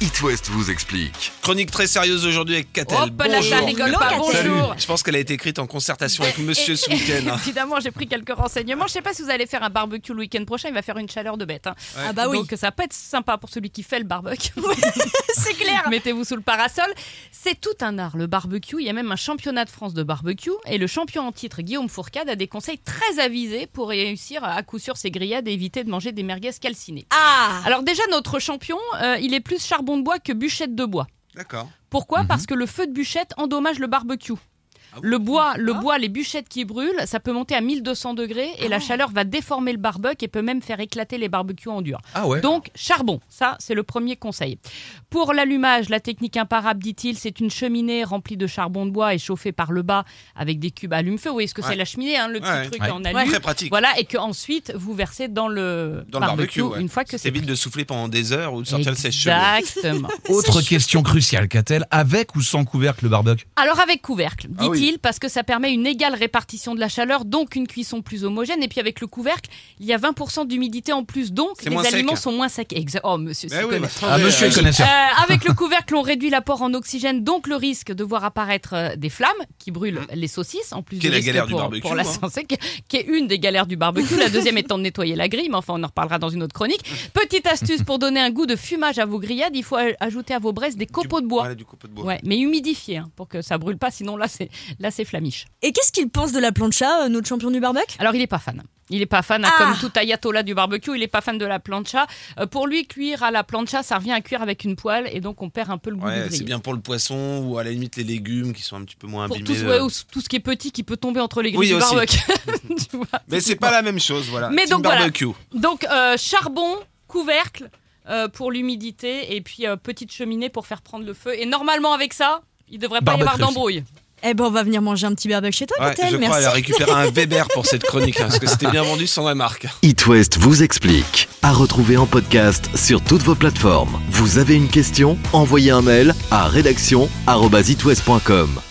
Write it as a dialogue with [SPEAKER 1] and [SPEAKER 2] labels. [SPEAKER 1] It West vous explique.
[SPEAKER 2] Chronique très sérieuse aujourd'hui avec Catel.
[SPEAKER 3] Hop là, ça
[SPEAKER 2] Bonjour.
[SPEAKER 3] rigole pas,
[SPEAKER 4] Salut.
[SPEAKER 3] bonjour
[SPEAKER 2] Je pense qu'elle a été écrite en concertation avec monsieur ce week-end. hein.
[SPEAKER 3] Évidemment, j'ai pris quelques renseignements. Je sais pas si vous allez faire un barbecue le week-end prochain, il va faire une chaleur de bête. hein.
[SPEAKER 4] Ah bah oui,
[SPEAKER 3] Donc ça peut être sympa pour celui qui fait le barbecue.
[SPEAKER 4] c'est clair.
[SPEAKER 3] Mettez-vous sous le parasol. C'est tout un art, le barbecue. Il y a même un championnat de France de barbecue. Et le champion en titre, Guillaume Fourcade, a des conseils très avisés pour réussir à coup sûr ses grillades et éviter de manger des merguez calcinées.
[SPEAKER 4] Ah,
[SPEAKER 3] Alors déjà, notre champion, euh, il est plus charbon de bois que bûchette de bois.
[SPEAKER 2] D'accord.
[SPEAKER 3] Pourquoi Parce que le feu de bûchette endommage le barbecue.
[SPEAKER 2] Mhm. Ah bon
[SPEAKER 3] Le bois, le bois, les bûchettes qui brûlent, ça peut monter à 1200 degrés et
[SPEAKER 2] Ah.
[SPEAKER 3] la chaleur va déformer le barbecue et peut même faire éclater les barbecues en dur.
[SPEAKER 2] Ah ouais.
[SPEAKER 3] Donc charbon, ça c'est le premier conseil. Pour l'allumage, la technique imparable, dit-il, c'est une cheminée remplie de charbon de bois et chauffée par le bas avec des cubes à allume-feu. Vous voyez ce que
[SPEAKER 2] Ouais.
[SPEAKER 3] c'est la cheminée, hein, le petit
[SPEAKER 2] Ouais.
[SPEAKER 3] truc
[SPEAKER 1] Ouais.
[SPEAKER 3] en allume.
[SPEAKER 2] Très pratique.
[SPEAKER 3] Voilà, et que ensuite vous versez dans le
[SPEAKER 2] Dans le barbecue, ouais.
[SPEAKER 3] une fois que c'est
[SPEAKER 2] C'est vite de souffler pendant des heures ou de sortir le sèche-cheveux.
[SPEAKER 3] Exactement.
[SPEAKER 1] Autre question cruciale, Catel, avec ou sans couvercle le barbecue
[SPEAKER 3] Alors avec couvercle, dit-il,
[SPEAKER 2] Ah oui.
[SPEAKER 3] parce que ça permet une égale répartition de la chaleur, donc une cuisson plus homogène. Et puis avec le couvercle, il y a 20% d'humidité en plus, donc
[SPEAKER 2] C'est
[SPEAKER 3] les
[SPEAKER 2] moins sec.
[SPEAKER 3] aliments sont moins secs. Exa- oh monsieur,
[SPEAKER 2] Mais
[SPEAKER 3] s'y
[SPEAKER 2] oui,
[SPEAKER 3] connaît.
[SPEAKER 2] mais attendez,
[SPEAKER 1] Ah, monsieur
[SPEAKER 2] euh,
[SPEAKER 1] est connaisseur.
[SPEAKER 3] Euh, avec le couvercle, on réduit l'apport en oxygène, donc le risque de voir apparaître euh, des flammes qui brûlent les saucisses, en plus
[SPEAKER 2] Hein Qui est
[SPEAKER 3] du
[SPEAKER 2] la
[SPEAKER 3] risque
[SPEAKER 2] galère du
[SPEAKER 3] pour,
[SPEAKER 2] barbecue,
[SPEAKER 3] pour la
[SPEAKER 2] hein.
[SPEAKER 3] santé, qui qui est une des galères du barbecue. La deuxième étant de nettoyer la grille, mais enfin on en reparlera dans une autre chronique. Petite astuce pour donner un goût de fumage à vos grillades, il faut a- ajouter à vos braises des copeaux de bois.
[SPEAKER 2] Voilà, du copeau de bois.
[SPEAKER 3] Ouais, mais humidifié hein, pour que ça brûle pas, sinon là c'est là c'est flamiche.
[SPEAKER 4] et qu'est-ce qu'il pense de la plancha, euh, notre champion du barbecue
[SPEAKER 3] Alors il est pas fan. Il est pas fan, hein,
[SPEAKER 4] Ah.
[SPEAKER 3] comme tout ayatollah du barbecue, il est pas fan de la plancha. Euh, pour lui, cuire à la plancha, ça revient à cuire avec une poêle et donc on perd un peu le goût
[SPEAKER 2] Ouais,
[SPEAKER 3] du
[SPEAKER 2] c'est
[SPEAKER 3] grillé.
[SPEAKER 2] bien pour le poisson ou à la limite les légumes qui sont un petit peu moins
[SPEAKER 3] Pour tout,
[SPEAKER 2] abîmés.
[SPEAKER 3] ce-
[SPEAKER 2] euh.
[SPEAKER 3] ouais, ou- tout ce qui est petit qui peut tomber entre les grilles
[SPEAKER 2] Oui,
[SPEAKER 3] du
[SPEAKER 2] aussi.
[SPEAKER 3] barbecue. Tu vois,
[SPEAKER 2] Mais c'est pas la même chose, voilà.
[SPEAKER 3] Mais
[SPEAKER 2] Team
[SPEAKER 3] donc voilà.
[SPEAKER 2] barbecue.
[SPEAKER 3] Donc euh, charbon, couvercle euh, pour l'humidité et puis euh, petite cheminée pour faire prendre le feu. Et normalement avec ça, il devrait pas y avoir
[SPEAKER 1] Barbecue aussi.
[SPEAKER 3] d'embrouille.
[SPEAKER 4] Eh ben, on va venir manger un petit barbecue chez toi,
[SPEAKER 2] Ouais, je
[SPEAKER 4] Catel,
[SPEAKER 2] crois
[SPEAKER 4] merci.
[SPEAKER 2] qu'elle a récupéré un Weber pour cette chronique hein, parce que c'était bien vendu sans remarque.
[SPEAKER 5] It West vous explique. À retrouver en podcast sur toutes vos plateformes. Vous avez une question Envoyez un mail à rédaction@itwest.com.